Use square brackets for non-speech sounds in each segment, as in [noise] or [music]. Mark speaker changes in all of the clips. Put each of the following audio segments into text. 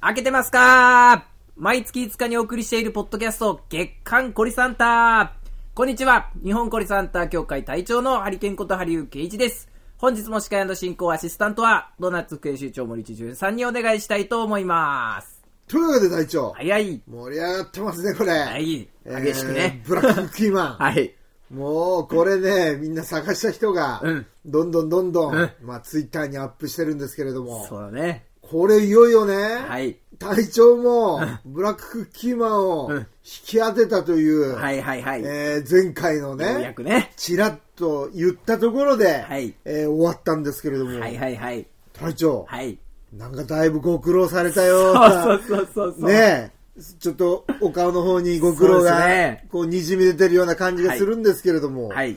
Speaker 1: 開けてますか毎月5日にお送りしているポッドキャスト、月刊コリサンタこんにちは日本コリサンタ協会隊長のハリケンことハリウケイジです。本日も司会進行アシスタントは、ドーナツ編集長森千純さんにお願いしたいと思います。
Speaker 2: というわけで隊長、
Speaker 1: 早い
Speaker 2: 盛り上がってますね、これ。は
Speaker 1: はい激しくね
Speaker 2: ブラッククキーマン。
Speaker 1: [laughs] はい。
Speaker 2: もう、これね、みんな探した人が
Speaker 1: うん、
Speaker 2: どんどんどんどん、
Speaker 1: うん
Speaker 2: まあ、ツイッターにアップしてるんですけれど
Speaker 1: そ
Speaker 2: も、
Speaker 1: うよね。
Speaker 2: これいよいよね、
Speaker 1: はい。
Speaker 2: 隊長も、ブラッククッキーマンを
Speaker 1: うん
Speaker 2: 引き当てたという、
Speaker 1: はいはいはい。よ
Speaker 2: えー前回の
Speaker 1: うや
Speaker 2: ね、
Speaker 1: くね。
Speaker 2: ちらっと言ったところで、
Speaker 1: はい
Speaker 2: えー終わったんですけれども、
Speaker 1: はいはいはい。
Speaker 2: 隊長、
Speaker 1: はい。
Speaker 2: なんかだいぶご苦労されたよう
Speaker 1: そう
Speaker 2: な
Speaker 1: そうそうそうそう。
Speaker 2: ねえ、ちょっとお顔の方にご苦労
Speaker 1: そう
Speaker 2: が、
Speaker 1: ですね
Speaker 2: こう滲み出てるような感じがするんですけれども、
Speaker 1: はい。、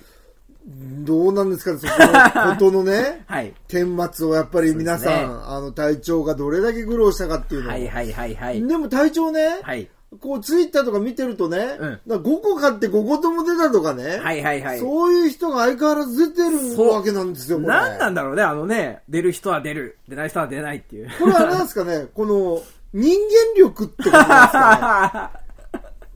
Speaker 2: どうなんですかね、そこのことのね
Speaker 1: [laughs] はい。
Speaker 2: 顛末をやっぱり皆さ
Speaker 1: そうで
Speaker 2: ん、
Speaker 1: すね
Speaker 2: あの隊長がどれだけ苦労したかっていうのを
Speaker 1: はいはいはいはい。
Speaker 2: でも隊長ね、
Speaker 1: はい。
Speaker 2: こうツイッターとか見てるとね、
Speaker 1: ん
Speaker 2: 5個買って5個とも出たとかね、
Speaker 1: はいはいはい。
Speaker 2: そういう人が相変わらず出て
Speaker 1: そ
Speaker 2: る
Speaker 1: う
Speaker 2: わけなんですよ、これ。
Speaker 1: なんなんだろうね、あのね、出る人は出る、出ない人は出ないっていう。
Speaker 2: これはなんですかね、この人間力って [laughs] ことなんです
Speaker 1: [laughs]
Speaker 2: かね。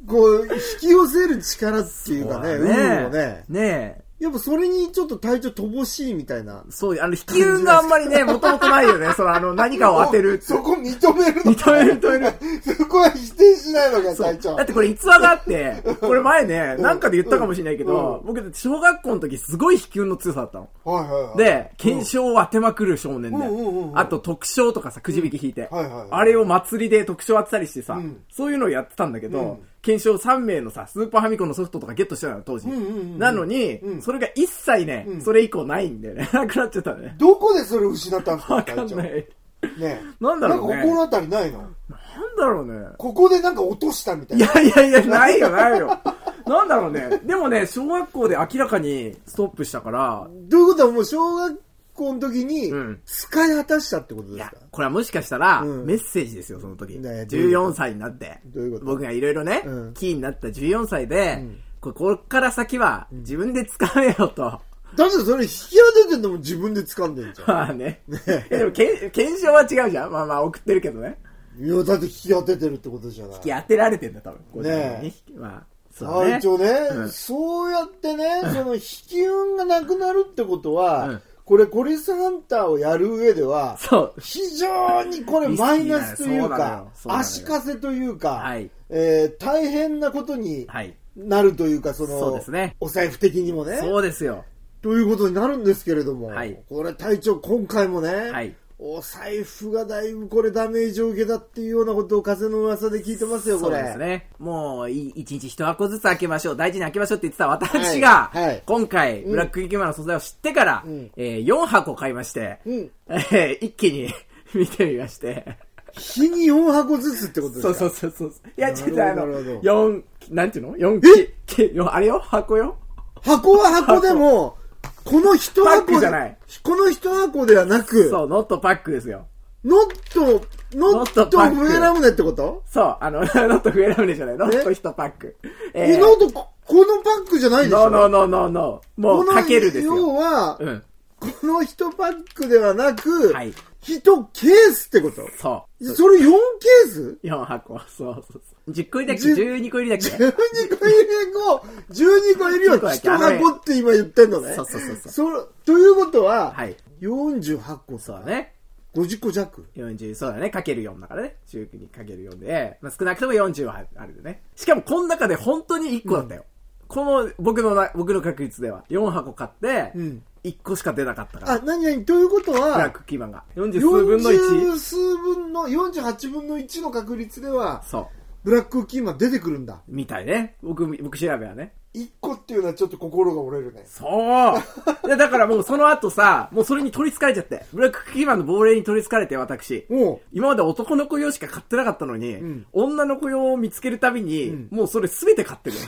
Speaker 2: こう、引き寄せる力っていうかね、運をね。
Speaker 1: ねえ。
Speaker 2: やっぱそれにちょっと体調乏しいみたいな。
Speaker 1: そう、あの、引き運があんまり
Speaker 2: [laughs]
Speaker 1: ね、もともとないよね。その、あの、何かを当てる。
Speaker 2: そこ認めるの
Speaker 1: 認める認める。
Speaker 2: る。 [laughs] そこは否定しないのか、
Speaker 1: そ
Speaker 2: 隊
Speaker 1: う
Speaker 2: 長。
Speaker 1: だってこれ逸話があって、
Speaker 2: [laughs]
Speaker 1: これ前ね、なんかで言ったかもしれないけど、
Speaker 2: う
Speaker 1: 僕、小学校の時すごい引き運の強さだったの。
Speaker 2: はいはいはい。
Speaker 1: で、検証を当てまくる少年で
Speaker 2: うんうんうんう、ん
Speaker 1: あと特賞とかさ、くじ引き引いて、
Speaker 2: はいはいはい
Speaker 1: あれを祭りで特賞当てたりしてさ
Speaker 2: ん、
Speaker 1: そういうのをやってたんだけ
Speaker 2: う
Speaker 1: ど
Speaker 2: ん、
Speaker 1: 検証3名のさ、スーパーファミコンのソフトとかゲットしてたの、当時
Speaker 2: うんうんうんう。ん
Speaker 1: なのに
Speaker 2: う、ん
Speaker 1: それが一切ね、それ以降ないんだよね。 [laughs] なくなっちゃったね。
Speaker 2: どこでそれを失ったんですか、
Speaker 1: わか
Speaker 2: 隊
Speaker 1: ん
Speaker 2: 長。
Speaker 1: な
Speaker 2: ね
Speaker 1: い。
Speaker 2: え
Speaker 1: なんだろうね
Speaker 2: なんか心当たりないの
Speaker 1: なんだろうね。
Speaker 2: ここでなんか落としたみたい
Speaker 1: い
Speaker 2: な。
Speaker 1: やいやいや、ないよ、ないよ。なんだろうね。でもね、小学校で明らかにストップしたから、
Speaker 2: どういうことはもう小学校の時に
Speaker 1: うん
Speaker 2: 使い果たしたってこと
Speaker 1: い
Speaker 2: です
Speaker 1: や
Speaker 2: か、
Speaker 1: これはもしかしたら、
Speaker 2: うん
Speaker 1: メッセージですよ、その時。
Speaker 2: ねどういうこ
Speaker 1: 14
Speaker 2: と
Speaker 1: 歳になって。
Speaker 2: どういうこと
Speaker 1: 僕がいろいろね、
Speaker 2: うん
Speaker 1: キーになった14歳で、
Speaker 2: ん
Speaker 1: これこれから先は自分で使えよと。 [laughs]
Speaker 2: だってそれ引き当ててんのも自分で掴んでんじゃん。
Speaker 1: まあね。えでも、けん検証は違うじゃん。まあまあ送ってるけどね。
Speaker 2: [laughs] いや、だって引き当ててるってことじゃない。
Speaker 1: いや当てられてんだ、多分。こう
Speaker 2: ねえ
Speaker 1: ねまあ、そうね
Speaker 2: 隊。長ね、
Speaker 1: うん
Speaker 2: そうやってね、その引き運がなくなるってことは、
Speaker 1: うん
Speaker 2: これ、コリスハンターをやる上では、
Speaker 1: そう。
Speaker 2: 非常にこれ、マイナスというか、
Speaker 1: そうなのよ
Speaker 2: 足かせというか、
Speaker 1: はい
Speaker 2: えー大変なことに
Speaker 1: はい。
Speaker 2: なるというか、その
Speaker 1: そうですね
Speaker 2: お財布的にもね、
Speaker 1: そうですよ。
Speaker 2: ということになるんですけれども、
Speaker 1: はい
Speaker 2: これ、隊長、今回もね、
Speaker 1: はい
Speaker 2: お財布がだいぶこれ、ダメージを受けたっていうようなことを風の噂で聞いてますよ、これ。
Speaker 1: そうですね。もう、い一日一箱ずつ開けましょう。大事に開けましょうって言ってた私が、
Speaker 2: はいはい
Speaker 1: 今回、ブラックイケマンの素材を知ってから、
Speaker 2: うん
Speaker 1: えー、4箱買いまして、
Speaker 2: うん
Speaker 1: えー [laughs] 一気に見てみまして。
Speaker 2: 日に4箱ずつってことです
Speaker 1: そ
Speaker 2: か
Speaker 1: うそうそうそう。いや、
Speaker 2: な
Speaker 1: ち
Speaker 2: る
Speaker 1: ょっ
Speaker 2: ほど
Speaker 1: とあ
Speaker 2: なる
Speaker 1: の、
Speaker 2: ほど
Speaker 1: 四なんていうの ?4 き、きあれよ箱よ
Speaker 2: 箱は箱でも、この一
Speaker 1: パック
Speaker 2: 箱
Speaker 1: じ
Speaker 2: で
Speaker 1: ゃない、
Speaker 2: この一箱ではなく、
Speaker 1: そう、ノットパックですよ。
Speaker 2: ノット、ノ
Speaker 1: ノッ
Speaker 2: ッ
Speaker 1: ト
Speaker 2: ト
Speaker 1: パ
Speaker 2: フ
Speaker 1: ック
Speaker 2: ェラムネってこと
Speaker 1: そう、あの、 [laughs] ノット増えラムネじゃない。ノット1パック。え
Speaker 2: え、ノット、このパックじゃないでし
Speaker 1: ノー
Speaker 2: ょ
Speaker 1: ノーノーノーノー。も
Speaker 2: こ
Speaker 1: う、
Speaker 2: の
Speaker 1: かけるですよ。
Speaker 2: 要は、
Speaker 1: うん。
Speaker 2: この一パックではなく
Speaker 1: はい、
Speaker 2: 一ケースってこと
Speaker 1: そう。
Speaker 2: それ4ケース
Speaker 1: 4箱。そうそうそう。10個入りだっけ ?12 個入りだっけ
Speaker 2: ?12 個入りを、12個入りを一箱って今言ってんのね。
Speaker 1: そうそうそうそう
Speaker 2: そということは、
Speaker 1: はい。
Speaker 2: 48個
Speaker 1: そう
Speaker 2: さ
Speaker 1: だ、ね。
Speaker 2: 50個弱。
Speaker 1: 40、そうだね。かける4だからね。19にかける4で、まあ、少なくとも40はあるよね。しかも、この中で本当に1個だったよ。この、僕のな、僕の確率では、4箱買って
Speaker 2: ん、
Speaker 1: 1個しか出なかったから。
Speaker 2: あ、なになにということ
Speaker 1: ブラッ
Speaker 2: は、
Speaker 1: クキーマンが。40数分の1。
Speaker 2: 40数分の、48分の1の確率では、
Speaker 1: そう。
Speaker 2: ブラックキーマン出てくるんだ。
Speaker 1: みたいね。僕、僕調べはね。
Speaker 2: 1個っていうのはちょっと心が折れるね。
Speaker 1: そうでだからもうその後さ、もうそれに取り憑かれちゃって。ブラックキーマンの亡霊に取り憑かれて、私。
Speaker 2: おう
Speaker 1: 今まで男の子用しか買ってなかったのに、
Speaker 2: ん
Speaker 1: 女の子用を見つけるたびに、もうそれ全て買
Speaker 2: [laughs]
Speaker 1: ってるよ。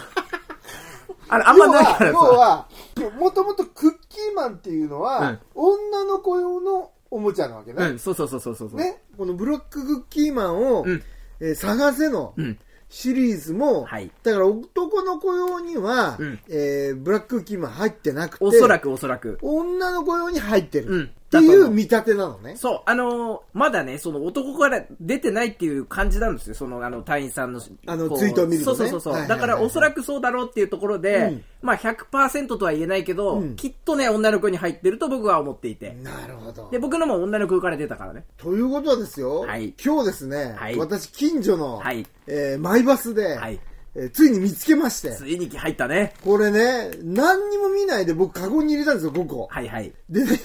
Speaker 1: あの、あんまないから
Speaker 2: 要
Speaker 1: さ。
Speaker 2: は、要はもともとクッキーマンっていうのは、女の子用のおもちゃなわけ
Speaker 1: う
Speaker 2: ね。
Speaker 1: ん、そうそうそうそうそう。
Speaker 2: ね。このブラッククッキーマンを、
Speaker 1: うん
Speaker 2: えー探せの、
Speaker 1: うん。
Speaker 2: シリーズも、
Speaker 1: はい
Speaker 2: だから男の子用には、
Speaker 1: うん
Speaker 2: えーブラッククッキーマン入ってなくて、
Speaker 1: おそらくおそらく。
Speaker 2: 女の子用に入ってる。
Speaker 1: うん。だ
Speaker 2: て
Speaker 1: と
Speaker 2: い
Speaker 1: 思
Speaker 2: う見立てなのね。
Speaker 1: そう、あのーまだね、その男から出てないっていう感じなんですよ、その、あの、隊員さんの、
Speaker 2: あの
Speaker 1: こう
Speaker 2: ツイートを見るとね
Speaker 1: そうそうそう。そう
Speaker 2: はいはいは
Speaker 1: だ
Speaker 2: い
Speaker 1: から、おそらくそうだろうっていうところで、
Speaker 2: うん
Speaker 1: まあ、100%とは言えないけど、
Speaker 2: うん
Speaker 1: きっとね、女の子に入ってると僕は思っていて。
Speaker 2: なるほど
Speaker 1: で、。僕のも女の子から出たからね。
Speaker 2: ということはですよ、
Speaker 1: はい
Speaker 2: 今日ですね、
Speaker 1: はい
Speaker 2: 私近所の、
Speaker 1: はい
Speaker 2: えーマイバスで、
Speaker 1: はい
Speaker 2: えーついに見つけまして、
Speaker 1: ついに入ったね。
Speaker 2: これね、何にも見ないで僕カゴに入れたんですよ、5個。
Speaker 1: はいはい。
Speaker 2: でね、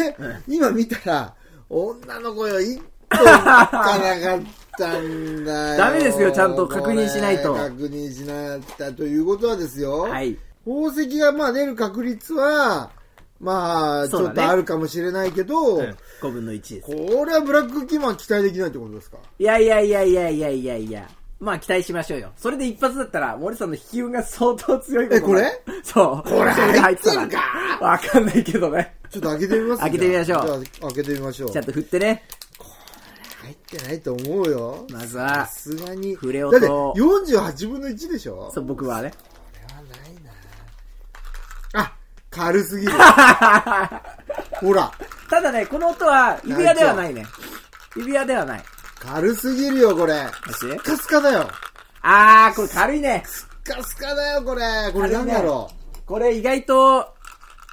Speaker 2: 今見たら、女の子よ、1個しかなかったんだよ。
Speaker 1: [laughs] ダメですよちゃんと確認しないと
Speaker 2: これ確認しなかったということはですよ、
Speaker 1: はい。
Speaker 2: 宝石がまあ出る確率は、まあ、ち
Speaker 1: そう
Speaker 2: ょ
Speaker 1: だ
Speaker 2: っ
Speaker 1: ね
Speaker 2: とあるかもしれないけど、
Speaker 1: 5分の1です。
Speaker 2: これはブラックキーマン期待できないってことですか
Speaker 1: いやいやいやいやいやいやいや。まあ期待しましょうよ。それで一発だったら、森さんの引き運が相当強いと思う
Speaker 2: え
Speaker 1: そう。
Speaker 2: これ
Speaker 1: そがたら
Speaker 2: 入ってる
Speaker 1: わかんないけど
Speaker 2: [laughs]
Speaker 1: ね。
Speaker 2: ちょっと開けてみます
Speaker 1: 開けてみましょう
Speaker 2: じゃあじゃあ開けてみましょう。
Speaker 1: ちゃんと振ってね。
Speaker 2: 入ってないと思うよ。
Speaker 1: まず
Speaker 2: さ
Speaker 1: は、
Speaker 2: すがに。
Speaker 1: 触れ
Speaker 2: だ
Speaker 1: 音
Speaker 2: って48分の1でしょ
Speaker 1: そう、僕はね。 [laughs]
Speaker 2: これはないなあ、軽すぎる。ほら、
Speaker 1: ただね、この音は指輪ではないね。指輪ではない。
Speaker 2: 軽すぎるよ、これ。
Speaker 1: マジ
Speaker 2: スカスカだよ。
Speaker 1: あー、これ軽いね。
Speaker 2: スカスカだよ、これ。これなんだろ
Speaker 1: これ意外と、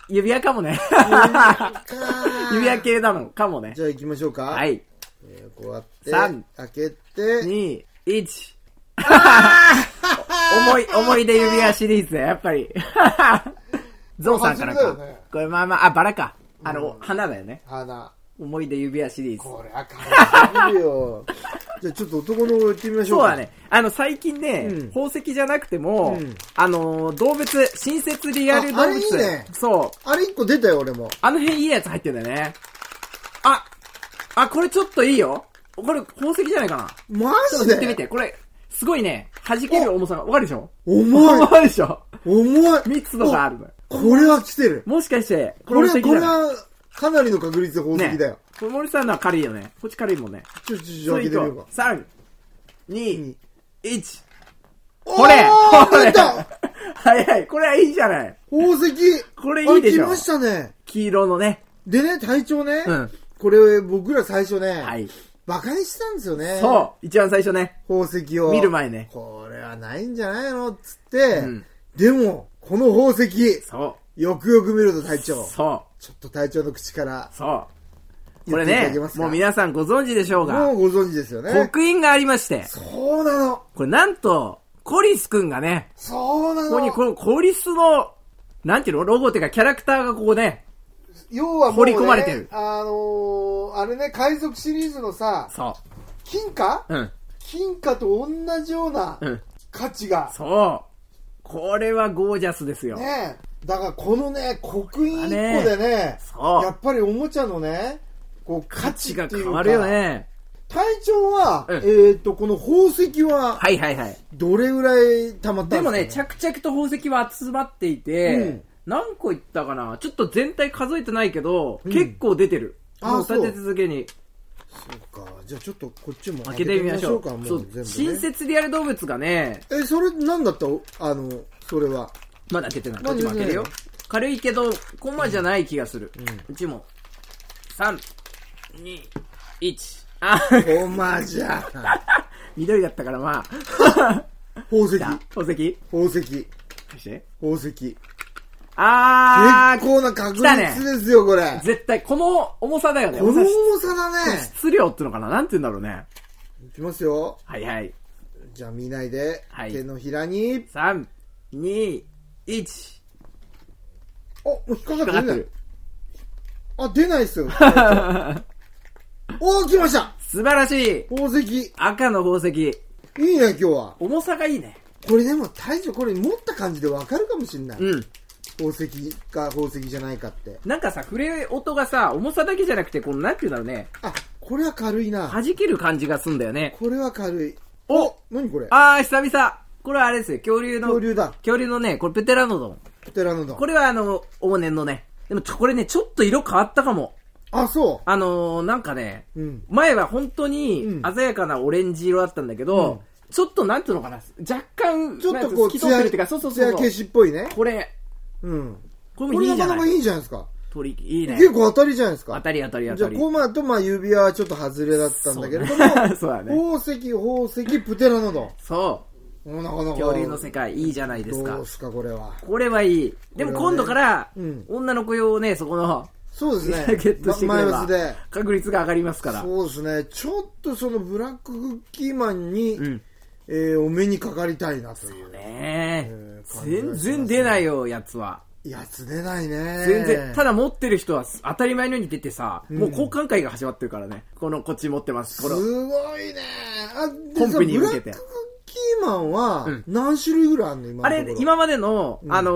Speaker 1: 指輪かもね。
Speaker 2: う。
Speaker 1: [laughs] 指
Speaker 2: 指
Speaker 1: 輪系なのかもね
Speaker 2: じ。ゃあ行きましょうか。
Speaker 1: は。い。
Speaker 2: えーこうやって、
Speaker 1: 三
Speaker 2: 開けて、
Speaker 1: 2、1。思い、思い出指輪シリーズだよ、やっぱ
Speaker 2: [laughs]
Speaker 1: り。ゾウさんから
Speaker 2: これ
Speaker 1: か
Speaker 2: 外れだよね。
Speaker 1: これまあまあ、あ、バラか。あの、花だよね。
Speaker 2: 花。
Speaker 1: 思い出指輪シリーズ。
Speaker 2: これは軽すぎるよ。じゃあちょっと男の方行ってみましょ
Speaker 1: そ
Speaker 2: う
Speaker 1: う
Speaker 2: か。
Speaker 1: だね。あの、最近ね、
Speaker 2: うん
Speaker 1: 宝石じゃなくても、
Speaker 2: うん
Speaker 1: あの、動物、新設リアル動
Speaker 2: ああ
Speaker 1: 物。
Speaker 2: れいいね
Speaker 1: そう。
Speaker 2: あれ一個出たよ、俺も。
Speaker 1: あの辺いいやつ入ってんだよね。あ、あ、これちょっといいよ。これ宝石じゃないかな。
Speaker 2: マ
Speaker 1: ちょっと
Speaker 2: ジで
Speaker 1: 振ってみて。これ、すごいね、弾ける重さが。わかるでしょ
Speaker 2: 重い
Speaker 1: わかるでしょ
Speaker 2: 重い
Speaker 1: 密度があるのよ。
Speaker 2: おこれは来てる
Speaker 1: もしかして、
Speaker 2: これは、
Speaker 1: 宝石
Speaker 2: こ
Speaker 1: じゃ
Speaker 2: れ
Speaker 1: ない
Speaker 2: は、かなりの確率で宝石だよ。
Speaker 1: ね。これ森さんのは軽いよね。こっち軽いもんね。
Speaker 2: ちょ、ちょ、ちょ、開けてみようか。
Speaker 1: 3、2、1。
Speaker 2: こ
Speaker 1: これ
Speaker 2: こ
Speaker 1: これ
Speaker 2: れだ
Speaker 1: 早い。これはいいじゃない。
Speaker 2: 宝石
Speaker 1: これいいでしょ
Speaker 2: あ来ましたね。
Speaker 1: 黄色のね。
Speaker 2: でね、隊長ね。
Speaker 1: うん
Speaker 2: これ、僕ら最初ね、
Speaker 1: はい。
Speaker 2: バカにしてたんですよね。
Speaker 1: そう。一番最初ね。
Speaker 2: 宝石を。
Speaker 1: 見る前ね
Speaker 2: これはないんじゃないのっつって、
Speaker 1: うん
Speaker 2: でも、この宝石、
Speaker 1: そ
Speaker 2: よくよく見ると隊
Speaker 1: う。
Speaker 2: 長。
Speaker 1: そう。
Speaker 2: ちょっと隊長の口から
Speaker 1: そう。こ
Speaker 2: 言
Speaker 1: れ
Speaker 2: っていただ
Speaker 1: ね
Speaker 2: けま、すか
Speaker 1: もう皆さんご存知でしょう
Speaker 2: も
Speaker 1: が、
Speaker 2: うご存知ですよね。
Speaker 1: 刻印がありまして、
Speaker 2: そうなの。
Speaker 1: これなんと、コリスくんがね、
Speaker 2: そうなの。
Speaker 1: ここにこのコリスの、なんていうのロゴっていうかキャラクターがここね、
Speaker 2: 要はもう、ね、
Speaker 1: 彫り込まれてる
Speaker 2: あのー、あれね、海賊シリーズのさ、
Speaker 1: そ
Speaker 2: 金貨
Speaker 1: う。うん。
Speaker 2: 金貨と同じような
Speaker 1: うん。
Speaker 2: 価値が。
Speaker 1: そう。これはゴージャスですよ。
Speaker 2: ねだからこのね、刻印1個でね、
Speaker 1: そう
Speaker 2: やっぱりおもちゃのね、こう
Speaker 1: 価
Speaker 2: 価値
Speaker 1: 値
Speaker 2: ってい
Speaker 1: が
Speaker 2: う
Speaker 1: 変わ
Speaker 2: か
Speaker 1: るよね。
Speaker 2: 隊長は、
Speaker 1: うん
Speaker 2: えっ、と、この宝石は、
Speaker 1: はいはいはい。
Speaker 2: どれぐらい溜まった
Speaker 1: で
Speaker 2: ん
Speaker 1: も
Speaker 2: で
Speaker 1: ね、
Speaker 2: すか、
Speaker 1: 着々と宝石は集まっていて、
Speaker 2: うん
Speaker 1: 何個いったかなちょっと全体数えてないけど、結構出てる。
Speaker 2: あ
Speaker 1: もう
Speaker 2: そう
Speaker 1: 立て続けに。
Speaker 2: そうか。じゃあちょっとこっちも
Speaker 1: 開けてみましょう。
Speaker 2: 開けてみまし
Speaker 1: そ
Speaker 2: ょう
Speaker 1: う
Speaker 2: か、もう全部、
Speaker 1: 新
Speaker 2: ね。
Speaker 1: 設リアル動物がね、
Speaker 2: え、それなんだったあの、それは。
Speaker 1: まだ開けてない。
Speaker 2: ま
Speaker 1: こ
Speaker 2: だ
Speaker 1: っちも開けるよ
Speaker 2: 全然。
Speaker 1: 軽いけど、コマじゃない気がする。うんうちも。3、2、1。あ、 [laughs]
Speaker 2: おまじゃ。
Speaker 1: 緑だったからま [laughs] あ。
Speaker 2: 宝石。
Speaker 1: だ宝石
Speaker 2: 宝石。
Speaker 1: 貸して。
Speaker 2: 宝石。
Speaker 1: あ
Speaker 2: 結
Speaker 1: ー、
Speaker 2: 構な確
Speaker 1: 来たね
Speaker 2: 率ですよ、これ。
Speaker 1: 絶対、この重さだよね。
Speaker 2: この
Speaker 1: 重さ
Speaker 2: 重さだね。
Speaker 1: 質量ってのかななんて言うんだろうね。
Speaker 2: いきますよ。
Speaker 1: はいはい。
Speaker 2: じゃあ見ないで。
Speaker 1: はい
Speaker 2: 手のひらに。
Speaker 1: 3、2、1。
Speaker 2: あ、もう引っかか
Speaker 1: か
Speaker 2: って
Speaker 1: かっ
Speaker 2: 出
Speaker 1: て
Speaker 2: ない
Speaker 1: る。。
Speaker 2: あ、出ない
Speaker 1: [laughs]
Speaker 2: っすよ。おー、来ました
Speaker 1: 素晴らしい。
Speaker 2: 宝石。
Speaker 1: 赤の宝石。
Speaker 2: いいね、今日は。
Speaker 1: 重さがいいね。
Speaker 2: これでも、大将、これ持った感じでわかるかもしんない。
Speaker 1: うん。
Speaker 2: 宝石か宝石じゃないかって。
Speaker 1: なんかさ、触れ音がさ、重さだけじゃなくて、この、なんていうんだろうね、
Speaker 2: あ、これは軽いな。
Speaker 1: 弾ける感じがすんだよね。
Speaker 2: これは軽い。
Speaker 1: お
Speaker 2: 何これ
Speaker 1: あー、久々これはあれですよ、恐竜の、
Speaker 2: 恐竜だ。
Speaker 1: 恐竜のね、これペテラノドン。
Speaker 2: プテラノドン
Speaker 1: こ。れはあの、往年のね。でもちょ、これね、ちょっと色変わったかも。
Speaker 2: あ、そ
Speaker 1: あのー、なんかね、
Speaker 2: う。うん。
Speaker 1: 前は本当に
Speaker 2: うん
Speaker 1: 鮮やかなオレンジ色だったんだけど、
Speaker 2: うん
Speaker 1: ちょっとなんていうのかな、若干、
Speaker 2: ちょっ
Speaker 1: なん
Speaker 2: とこう、
Speaker 1: か透き
Speaker 2: ツ
Speaker 1: 通って
Speaker 2: ヤ
Speaker 1: るっていうか、そうそうそう
Speaker 2: 艶
Speaker 1: そう
Speaker 2: 消。しっぽいね。
Speaker 1: これ、
Speaker 2: うん。
Speaker 1: これ
Speaker 2: こ
Speaker 1: もい
Speaker 2: れ
Speaker 1: い
Speaker 2: な
Speaker 1: じゃ
Speaker 2: か
Speaker 1: な
Speaker 2: ないかいいじゃないですか。
Speaker 1: 取り、いいね。
Speaker 2: 結構当たりじゃないですか。
Speaker 1: 当たり当たり当
Speaker 2: じゃ
Speaker 1: た
Speaker 2: あ、
Speaker 1: り。
Speaker 2: コマと、まあ、指輪はちょっと外れだったんだけれ
Speaker 1: そ
Speaker 2: ども、
Speaker 1: うだねそう
Speaker 2: 宝
Speaker 1: [laughs]
Speaker 2: 石、宝石、プテラノド
Speaker 1: そ
Speaker 2: ン。なかな
Speaker 1: う。
Speaker 2: か。
Speaker 1: 恐竜の世界、いいじゃないです
Speaker 2: ど
Speaker 1: か
Speaker 2: う。すか、これは。
Speaker 1: これはいい。でも
Speaker 2: これは
Speaker 1: 今
Speaker 2: ね
Speaker 1: 度から
Speaker 2: うん、
Speaker 1: 女の子用ね、そこの、
Speaker 2: そうです
Speaker 1: ジャケ
Speaker 2: ね
Speaker 1: ッ。トしてく
Speaker 2: マ
Speaker 1: れ
Speaker 2: イ
Speaker 1: ば
Speaker 2: ナスで。
Speaker 1: 確率が上がりますから。
Speaker 2: そうですね。ちょっとそのブラッククッキーマンに、
Speaker 1: うん
Speaker 2: えーお目にかかりたいなという
Speaker 1: ねえ。
Speaker 2: えー感じがし
Speaker 1: 全
Speaker 2: ます
Speaker 1: 然出ないよ、やつは。
Speaker 2: やつ出ないね。
Speaker 1: 全然、ただ持ってる人は当たり前のように出てさ、もう交換会が始まってるからね。この、こっち持ってます。こ
Speaker 2: す
Speaker 1: の、
Speaker 2: ごいね。あ、で
Speaker 1: コンペに
Speaker 2: その
Speaker 1: 向けて
Speaker 2: ブラッククッキーマンは何種類ぐらいあるの今
Speaker 1: あ
Speaker 2: のとこ
Speaker 1: れ
Speaker 2: ろ、
Speaker 1: 今までの、あの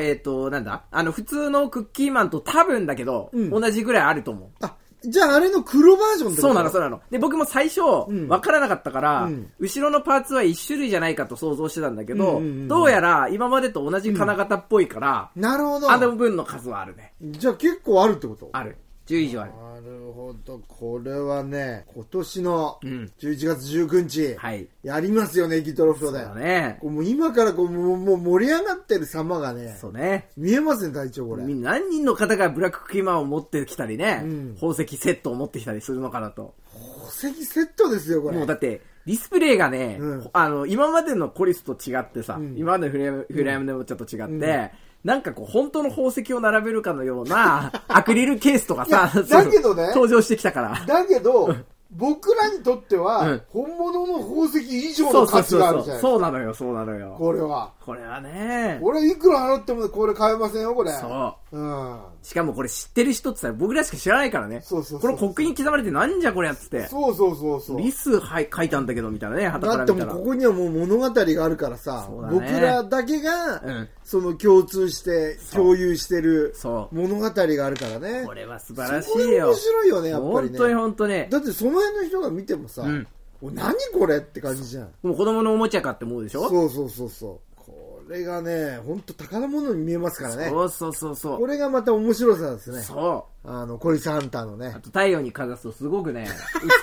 Speaker 1: ー、えっ、と、なんだあの、普通のクッキーマンと多分だけど、
Speaker 2: うん
Speaker 1: 同じぐらいあると思う。
Speaker 2: あ、じゃああれの黒バージョンってこと
Speaker 1: そうなの、そうなの。で、僕も最初、
Speaker 2: ん
Speaker 1: わからなかったから、
Speaker 2: うん
Speaker 1: 後ろのパーツは一種類じゃないかと想像してたんだけど、
Speaker 2: うんうんうん
Speaker 1: どうやら今までと同じ金型っぽいから、
Speaker 2: なるほど。
Speaker 1: あの分の数はあるね。
Speaker 2: じゃあ結構あるってこと
Speaker 1: ある。10以上ある。
Speaker 2: なるほど。これはね、今年の
Speaker 1: うん
Speaker 2: 11月19日、
Speaker 1: はい。
Speaker 2: やりますよね、ギトロフトで。
Speaker 1: そうだね
Speaker 2: こ。うもう今からこうもうもう盛り上がってる様がね、
Speaker 1: そうね。
Speaker 2: 見えますね、隊長これ。
Speaker 1: みんな何人の方がブラッククッキーマンを持ってきたりね、
Speaker 2: うん
Speaker 1: 宝石セットを持ってきたりするのかなと。
Speaker 2: 宝石セットですよ、これ。
Speaker 1: もうだって、ディスプレイがね、
Speaker 2: うん
Speaker 1: あの、今までのコリスと違ってさ、
Speaker 2: ん
Speaker 1: 今までのフレーム、フレームのちょっと違って、なんかこう、本当の宝石を並べるかのよう
Speaker 2: [laughs]
Speaker 1: な、アクリルケースとか
Speaker 2: いや
Speaker 1: さ、そう
Speaker 2: だけどね
Speaker 1: 登場してきた
Speaker 2: [laughs]
Speaker 1: から。
Speaker 2: だけど、僕らにとって
Speaker 1: う
Speaker 2: は
Speaker 1: ん、
Speaker 2: 本物の宝石以上
Speaker 1: そ
Speaker 2: の
Speaker 1: うそ
Speaker 2: 価
Speaker 1: う
Speaker 2: 値
Speaker 1: そう
Speaker 2: が
Speaker 1: そう
Speaker 2: あるじゃないですか。
Speaker 1: そうなのよ、そうなのよ。
Speaker 2: これは。
Speaker 1: これはね、
Speaker 2: 俺いくら払ってもこれ買えませんよ、これ。
Speaker 1: そう。
Speaker 2: うん。
Speaker 1: しかもこれ知ってる人ってさ、僕らしか知らないからね。
Speaker 2: そうそうそ
Speaker 1: これ
Speaker 2: う
Speaker 1: 刻印刻まれてなんじゃこれやっつって。
Speaker 2: そうそうそうそう。
Speaker 1: リスはい書いたんだけど、みたいなね、旗か
Speaker 2: だ
Speaker 1: ら
Speaker 2: って
Speaker 1: 見
Speaker 2: も
Speaker 1: た
Speaker 2: う
Speaker 1: ら。
Speaker 2: ここにはもう物語があるからさ、
Speaker 1: そうだね
Speaker 2: 僕らだけが、
Speaker 1: うん
Speaker 2: その共通して
Speaker 1: う
Speaker 2: 共有してる
Speaker 1: そう
Speaker 2: 物語があるからね
Speaker 1: これは素晴らし
Speaker 2: そ
Speaker 1: い
Speaker 2: れ
Speaker 1: よ。
Speaker 2: 面白いよねやっぱり
Speaker 1: 本
Speaker 2: ね
Speaker 1: 当に本当に。
Speaker 2: だってその辺の人が見てもさ、
Speaker 1: うん
Speaker 2: お何これって感じじゃん
Speaker 1: もう子供のおもちゃかって思うでしょ
Speaker 2: そうそうそうそうこれがね本当宝物に見えますからね
Speaker 1: そうそうそうそ
Speaker 2: こ
Speaker 1: う。
Speaker 2: れがまた面白さですね
Speaker 1: そ
Speaker 2: あのコリスハンターのね
Speaker 1: う。あと太陽にかざすとすごくね、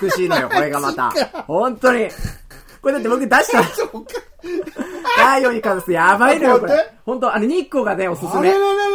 Speaker 1: 美しい
Speaker 2: [laughs]
Speaker 1: のよ、これがまた。本当に。これだって僕出
Speaker 2: [laughs]
Speaker 1: した。
Speaker 2: そうか
Speaker 1: 太陽にかざすやばいのよ、こ
Speaker 2: ちょっと待
Speaker 1: れ
Speaker 2: って。
Speaker 1: 本当あれ日光がね、おすす
Speaker 2: あれれ
Speaker 1: め
Speaker 2: れ。れれ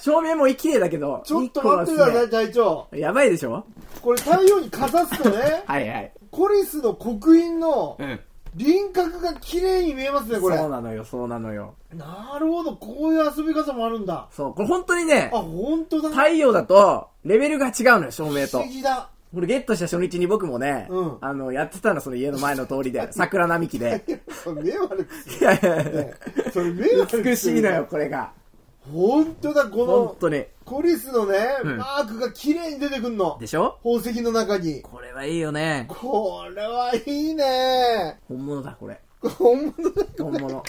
Speaker 1: 照明も綺麗だけど、
Speaker 2: ちょっと待ってください隊長
Speaker 1: い。やばいでしょ
Speaker 2: これ太陽にかざすとね
Speaker 1: [laughs] はいはい。
Speaker 2: コリスの刻印の、
Speaker 1: ん。
Speaker 2: 輪郭が綺麗に見えますね、これ。
Speaker 1: そう
Speaker 2: な
Speaker 1: なのよ、そうなのよ。
Speaker 2: るほど、こういう遊び方もあるんだ。
Speaker 1: そう、これ本当にね
Speaker 2: あ、、本当だ。
Speaker 1: 太陽だと、レベルが違うのよ、照明
Speaker 2: 不
Speaker 1: と
Speaker 2: 思。議だ。
Speaker 1: これゲットした初日に僕もね、
Speaker 2: うん
Speaker 1: あの、やってたの、その家の前の通り
Speaker 2: [laughs]
Speaker 1: で、桜並木で。
Speaker 2: 目悪くす
Speaker 1: いやいやい
Speaker 2: る
Speaker 1: や
Speaker 2: ね。それ目悪くする。
Speaker 1: 美しいのよ、。これが。
Speaker 2: 本当だ、
Speaker 1: 本
Speaker 2: この、
Speaker 1: 当に。
Speaker 2: コリスのね、
Speaker 1: うん
Speaker 2: マークが綺麗に出てくんの
Speaker 1: で。しょ
Speaker 2: 宝石の中に。
Speaker 1: これはいいよね。
Speaker 2: これはいいね。
Speaker 1: 本物だ、これ。
Speaker 2: 本物だ。
Speaker 1: 本
Speaker 2: [laughs]
Speaker 1: 物。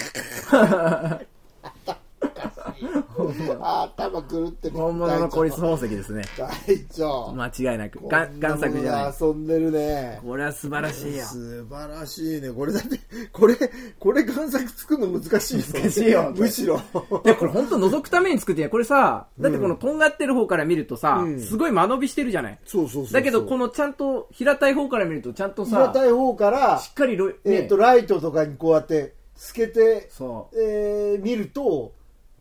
Speaker 2: 頭狂ってる。
Speaker 1: 本物のコリス宝石ですね。
Speaker 2: 大丈夫。
Speaker 1: 間違いなく。が贋作じゃない。
Speaker 2: こんなもので遊んでるね。
Speaker 1: これは素晴らしいよ。
Speaker 2: 素晴らしいね。これだって、これ、これ贋作作るの難しいよ
Speaker 1: 難しいよ
Speaker 2: むしろ。
Speaker 1: で、これ本当覗くために作ってんやこれさ、だってこのとんがってる方から見るとさ
Speaker 2: う、ん
Speaker 1: すごい間延びしてるじゃない。
Speaker 2: そうそうそう。
Speaker 1: だけど、こ
Speaker 2: の、
Speaker 1: のちゃんと平たい方から見ると、ちゃんと
Speaker 2: 平
Speaker 1: さ、
Speaker 2: たい方から
Speaker 1: し、っかりろ、ね、
Speaker 2: えっと、ライトとかにこうやって、透けて、
Speaker 1: そう。
Speaker 2: えー見ると、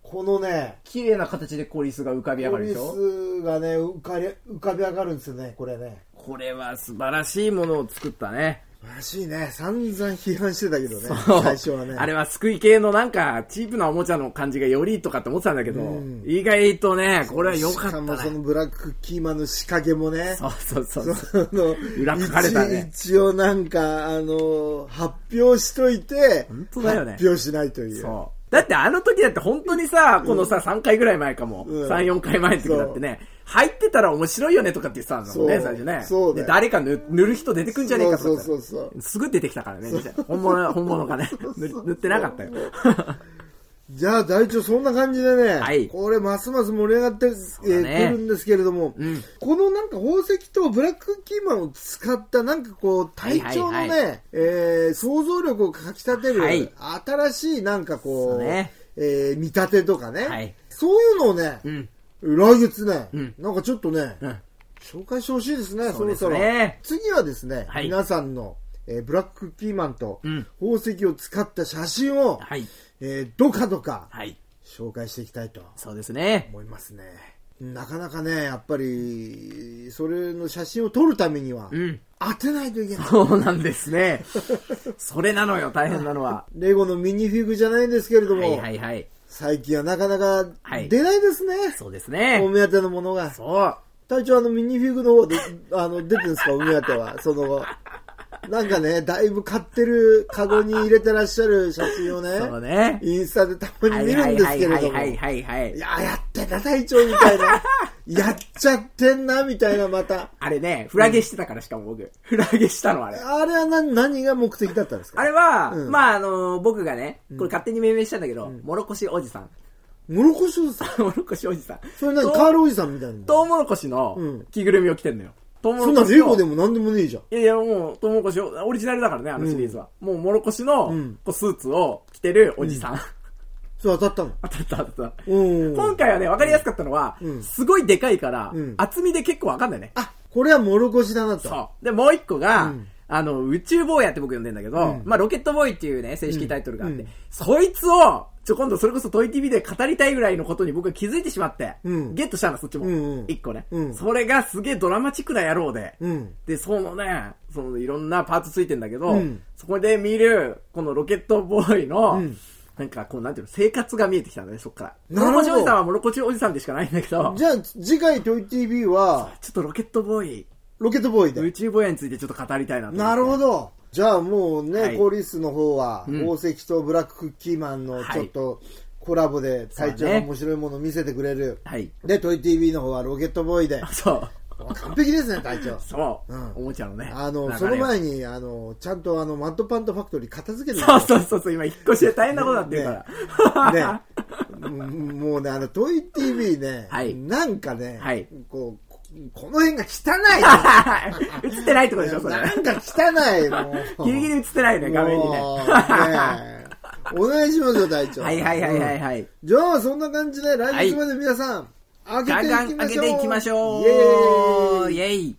Speaker 2: このね、
Speaker 1: 綺麗な形でコリスが浮かび上
Speaker 2: ポ
Speaker 1: がる
Speaker 2: リ
Speaker 1: でしょ
Speaker 2: スがね、浮かり浮かび上がるんですよね、これね。
Speaker 1: これは素晴らしいものを作ったね。
Speaker 2: 素晴らしいね。散々批判してたけどね、最初はね。
Speaker 1: あれは救い系のなんか、チープなおもちゃの感じがよりとかって思ってたんだけど、
Speaker 2: うん
Speaker 1: 意外とね、これは良かっ
Speaker 2: しかも
Speaker 1: た
Speaker 2: そ
Speaker 1: ね。
Speaker 2: のブラックキーマンの仕掛けもね。
Speaker 1: そうそうそうそう。
Speaker 2: その
Speaker 1: 裏書かれたね
Speaker 2: 一一応なんか、あの、発表しといて、
Speaker 1: 本当だよね
Speaker 2: 発表しないという。
Speaker 1: そうだってあの時だって本当にさ、このさ、3回ぐらい前かも。
Speaker 2: うん
Speaker 1: 3、4回前の時だってね、入ってたら面白いよねとかって言ってたんだもんね、
Speaker 2: そう
Speaker 1: 最初ね。
Speaker 2: そうだ
Speaker 1: で
Speaker 2: よ
Speaker 1: 誰か塗塗る人出てくんじゃねえかと
Speaker 2: そ
Speaker 1: か
Speaker 2: う
Speaker 1: って。
Speaker 2: そうそうそう。
Speaker 1: すぐ出てきたからね、
Speaker 2: [laughs]
Speaker 1: 本物、本物がね。塗塗ってなかったよ。
Speaker 2: じゃあ、大長そんな感じでね、
Speaker 1: はい
Speaker 2: これますます盛り上がって、え
Speaker 1: だ
Speaker 2: ー
Speaker 1: ね
Speaker 2: くるんですけれども、
Speaker 1: うん
Speaker 2: このなんか宝石とブラックキーマンを使った、なんかこう、体調のね、
Speaker 1: はいはい
Speaker 2: えー想像力をかきたてる、
Speaker 1: はい
Speaker 2: 新しいなんか
Speaker 1: そ
Speaker 2: こ
Speaker 1: う
Speaker 2: う、
Speaker 1: ね
Speaker 2: えー見立てとかね、
Speaker 1: はい
Speaker 2: そういうのをね、
Speaker 1: うん。
Speaker 2: 来月ね、
Speaker 1: うん
Speaker 2: なんかちょっとね、
Speaker 1: うん
Speaker 2: 紹介してほしいですね、
Speaker 1: そ
Speaker 2: そう
Speaker 1: で
Speaker 2: ろ
Speaker 1: す
Speaker 2: そろ。
Speaker 1: ね
Speaker 2: 次はですね、
Speaker 1: はい
Speaker 2: 皆さんの、えーブラックキーマンと
Speaker 1: うん
Speaker 2: 宝石を使った写真を、
Speaker 1: はい。
Speaker 2: えーどかどか
Speaker 1: はい。
Speaker 2: 紹介していきたいと
Speaker 1: そうですね。
Speaker 2: 思いますね。なかなかね、やっぱり、それの写真を撮るためには、
Speaker 1: うん。
Speaker 2: 当てないといけない。
Speaker 1: そうなんですね。それなのよ、大変なの
Speaker 2: [laughs]
Speaker 1: は。
Speaker 2: レゴのミニフィグじゃないんですけれど
Speaker 1: は
Speaker 2: も、
Speaker 1: いはいはい。
Speaker 2: 最近はなかなか
Speaker 1: はい
Speaker 2: 出ないですね。
Speaker 1: そうです
Speaker 2: お
Speaker 1: ね。
Speaker 2: 目当てのものが。
Speaker 1: そう。
Speaker 2: 隊長、あの、ミニフィグの方で、 [laughs] あの、出てるんですか、お目当ては。その、なんかね、だいぶ買ってる、カゴに入れてらっしゃる写真を
Speaker 1: そう
Speaker 2: ね、
Speaker 1: ね。
Speaker 2: インスタでたま
Speaker 1: は
Speaker 2: に見
Speaker 1: い
Speaker 2: る
Speaker 1: は
Speaker 2: ん
Speaker 1: い
Speaker 2: です
Speaker 1: は
Speaker 2: け
Speaker 1: い
Speaker 2: れ
Speaker 1: は
Speaker 2: ど
Speaker 1: い
Speaker 2: も、
Speaker 1: はいいはいはい。
Speaker 2: や、やってた隊長みた
Speaker 1: [laughs]
Speaker 2: いな。やっちゃってんな、みたいな、また。
Speaker 1: あれね、フラゲしてたからしかも僕。フラゲしたのあれ。
Speaker 2: あれは何何が目的だったんです
Speaker 1: あ
Speaker 2: か
Speaker 1: れは、
Speaker 2: うん
Speaker 1: まああの、僕がね、これ勝手に命名したんだけど、もろこしおじさん。 [laughs]
Speaker 2: もろこしおじさん。
Speaker 1: もろこしおじさん。
Speaker 2: それ何
Speaker 1: と
Speaker 2: カールおじさんみたいなの。
Speaker 1: トウモロコシの
Speaker 2: うん
Speaker 1: 着ぐるみを着てんのよ。トウモ
Speaker 2: そ
Speaker 1: ロ
Speaker 2: ん
Speaker 1: コ
Speaker 2: な
Speaker 1: シの。
Speaker 2: レゴでも何でもねえじゃん。
Speaker 1: いやいや、もう、トウモロコシを、オリジナルだからね、あのシリーズは。もう、もろこしの、
Speaker 2: うん
Speaker 1: こうスーツを着てるおじさん。
Speaker 2: それ当たったの。
Speaker 1: 当たった当たった。
Speaker 2: うん。
Speaker 1: 今回はね、わかりやすかったのは、
Speaker 2: うん
Speaker 1: すごいでかいから、
Speaker 2: うん
Speaker 1: 厚みで結構わかんないね。
Speaker 2: あ、これはもろこしだなと。
Speaker 1: そう。で、もう一個が、
Speaker 2: うん
Speaker 1: あの、宇宙坊やって僕呼んでんだけど、
Speaker 2: うん
Speaker 1: まあ、ロケットボーイっていうね、正式タイトルがあって、
Speaker 2: うん
Speaker 1: そいつを、ちょ、今度それこそトイ TV で語りたいぐらいのことに僕は気づいてしまって、
Speaker 2: うん
Speaker 1: ゲットしたの、そっちも。一、
Speaker 2: うんうん
Speaker 1: 個ね、
Speaker 2: うん
Speaker 1: それがすげえドラマチックな野郎で、
Speaker 2: うん。
Speaker 1: で、そのね、そのいろんなパーツついてんだけど、
Speaker 2: うん
Speaker 1: そこで見る、このロケットボーイの、
Speaker 2: うん
Speaker 1: なんかこう、なんていうの、生活が見えてきたんだね、そっから。
Speaker 2: なる
Speaker 1: も
Speaker 2: ほど
Speaker 1: ろこしおじさんはもろこちおじさんでしかないんだけど、
Speaker 2: じゃあ、次回トイ TV は、
Speaker 1: ちょっとロケットボーイ、
Speaker 2: ロケットボーイで
Speaker 1: 宇。宙坊やについてちょっと語りたいなと思って。
Speaker 2: なるほど。じゃあもうね、
Speaker 1: はい
Speaker 2: コーリスの方は、
Speaker 1: うん
Speaker 2: 宝石とブラッククッキーマンの
Speaker 1: はい
Speaker 2: ちょっとコラボで隊長
Speaker 1: そう
Speaker 2: が
Speaker 1: だね
Speaker 2: 面白いものを見せてくれる。
Speaker 1: はい。
Speaker 2: で、トイ TV の方はロケットボー
Speaker 1: [laughs]
Speaker 2: イで。
Speaker 1: そう。
Speaker 2: 完璧ですね、隊長。
Speaker 1: そう、
Speaker 2: うん
Speaker 1: おもちゃのね。
Speaker 2: あの、
Speaker 1: 流
Speaker 2: そ
Speaker 1: れ
Speaker 2: の前に、あの、ちゃんとあの、マッドパントファクトリー片付けて
Speaker 1: そうそうそうそう、今引っ越しで大変なことになってるから。
Speaker 2: ね、うんもうね、 [laughs] あの、トイ TV ね、
Speaker 1: はい
Speaker 2: なんかね、
Speaker 1: はい
Speaker 2: こう、ここの辺が汚い
Speaker 1: 映ってないってことでしょ、 [laughs] それ。
Speaker 2: なんか汚い、も
Speaker 1: [laughs]
Speaker 2: う。
Speaker 1: ギリギリ映ってないね、画面
Speaker 2: [laughs]
Speaker 1: にね。
Speaker 2: もう
Speaker 1: は
Speaker 2: ねお願いしますよ、隊長。
Speaker 1: いはいはいはい
Speaker 2: うん
Speaker 1: はい。
Speaker 2: じゃあ、そんな感じで、来月まで皆さん、開
Speaker 1: ガンガ
Speaker 2: けていき
Speaker 1: ン
Speaker 2: ま
Speaker 1: 上
Speaker 2: し
Speaker 1: げ
Speaker 2: ょう。
Speaker 1: ていきましょう。
Speaker 2: イエーイ
Speaker 1: イエイ。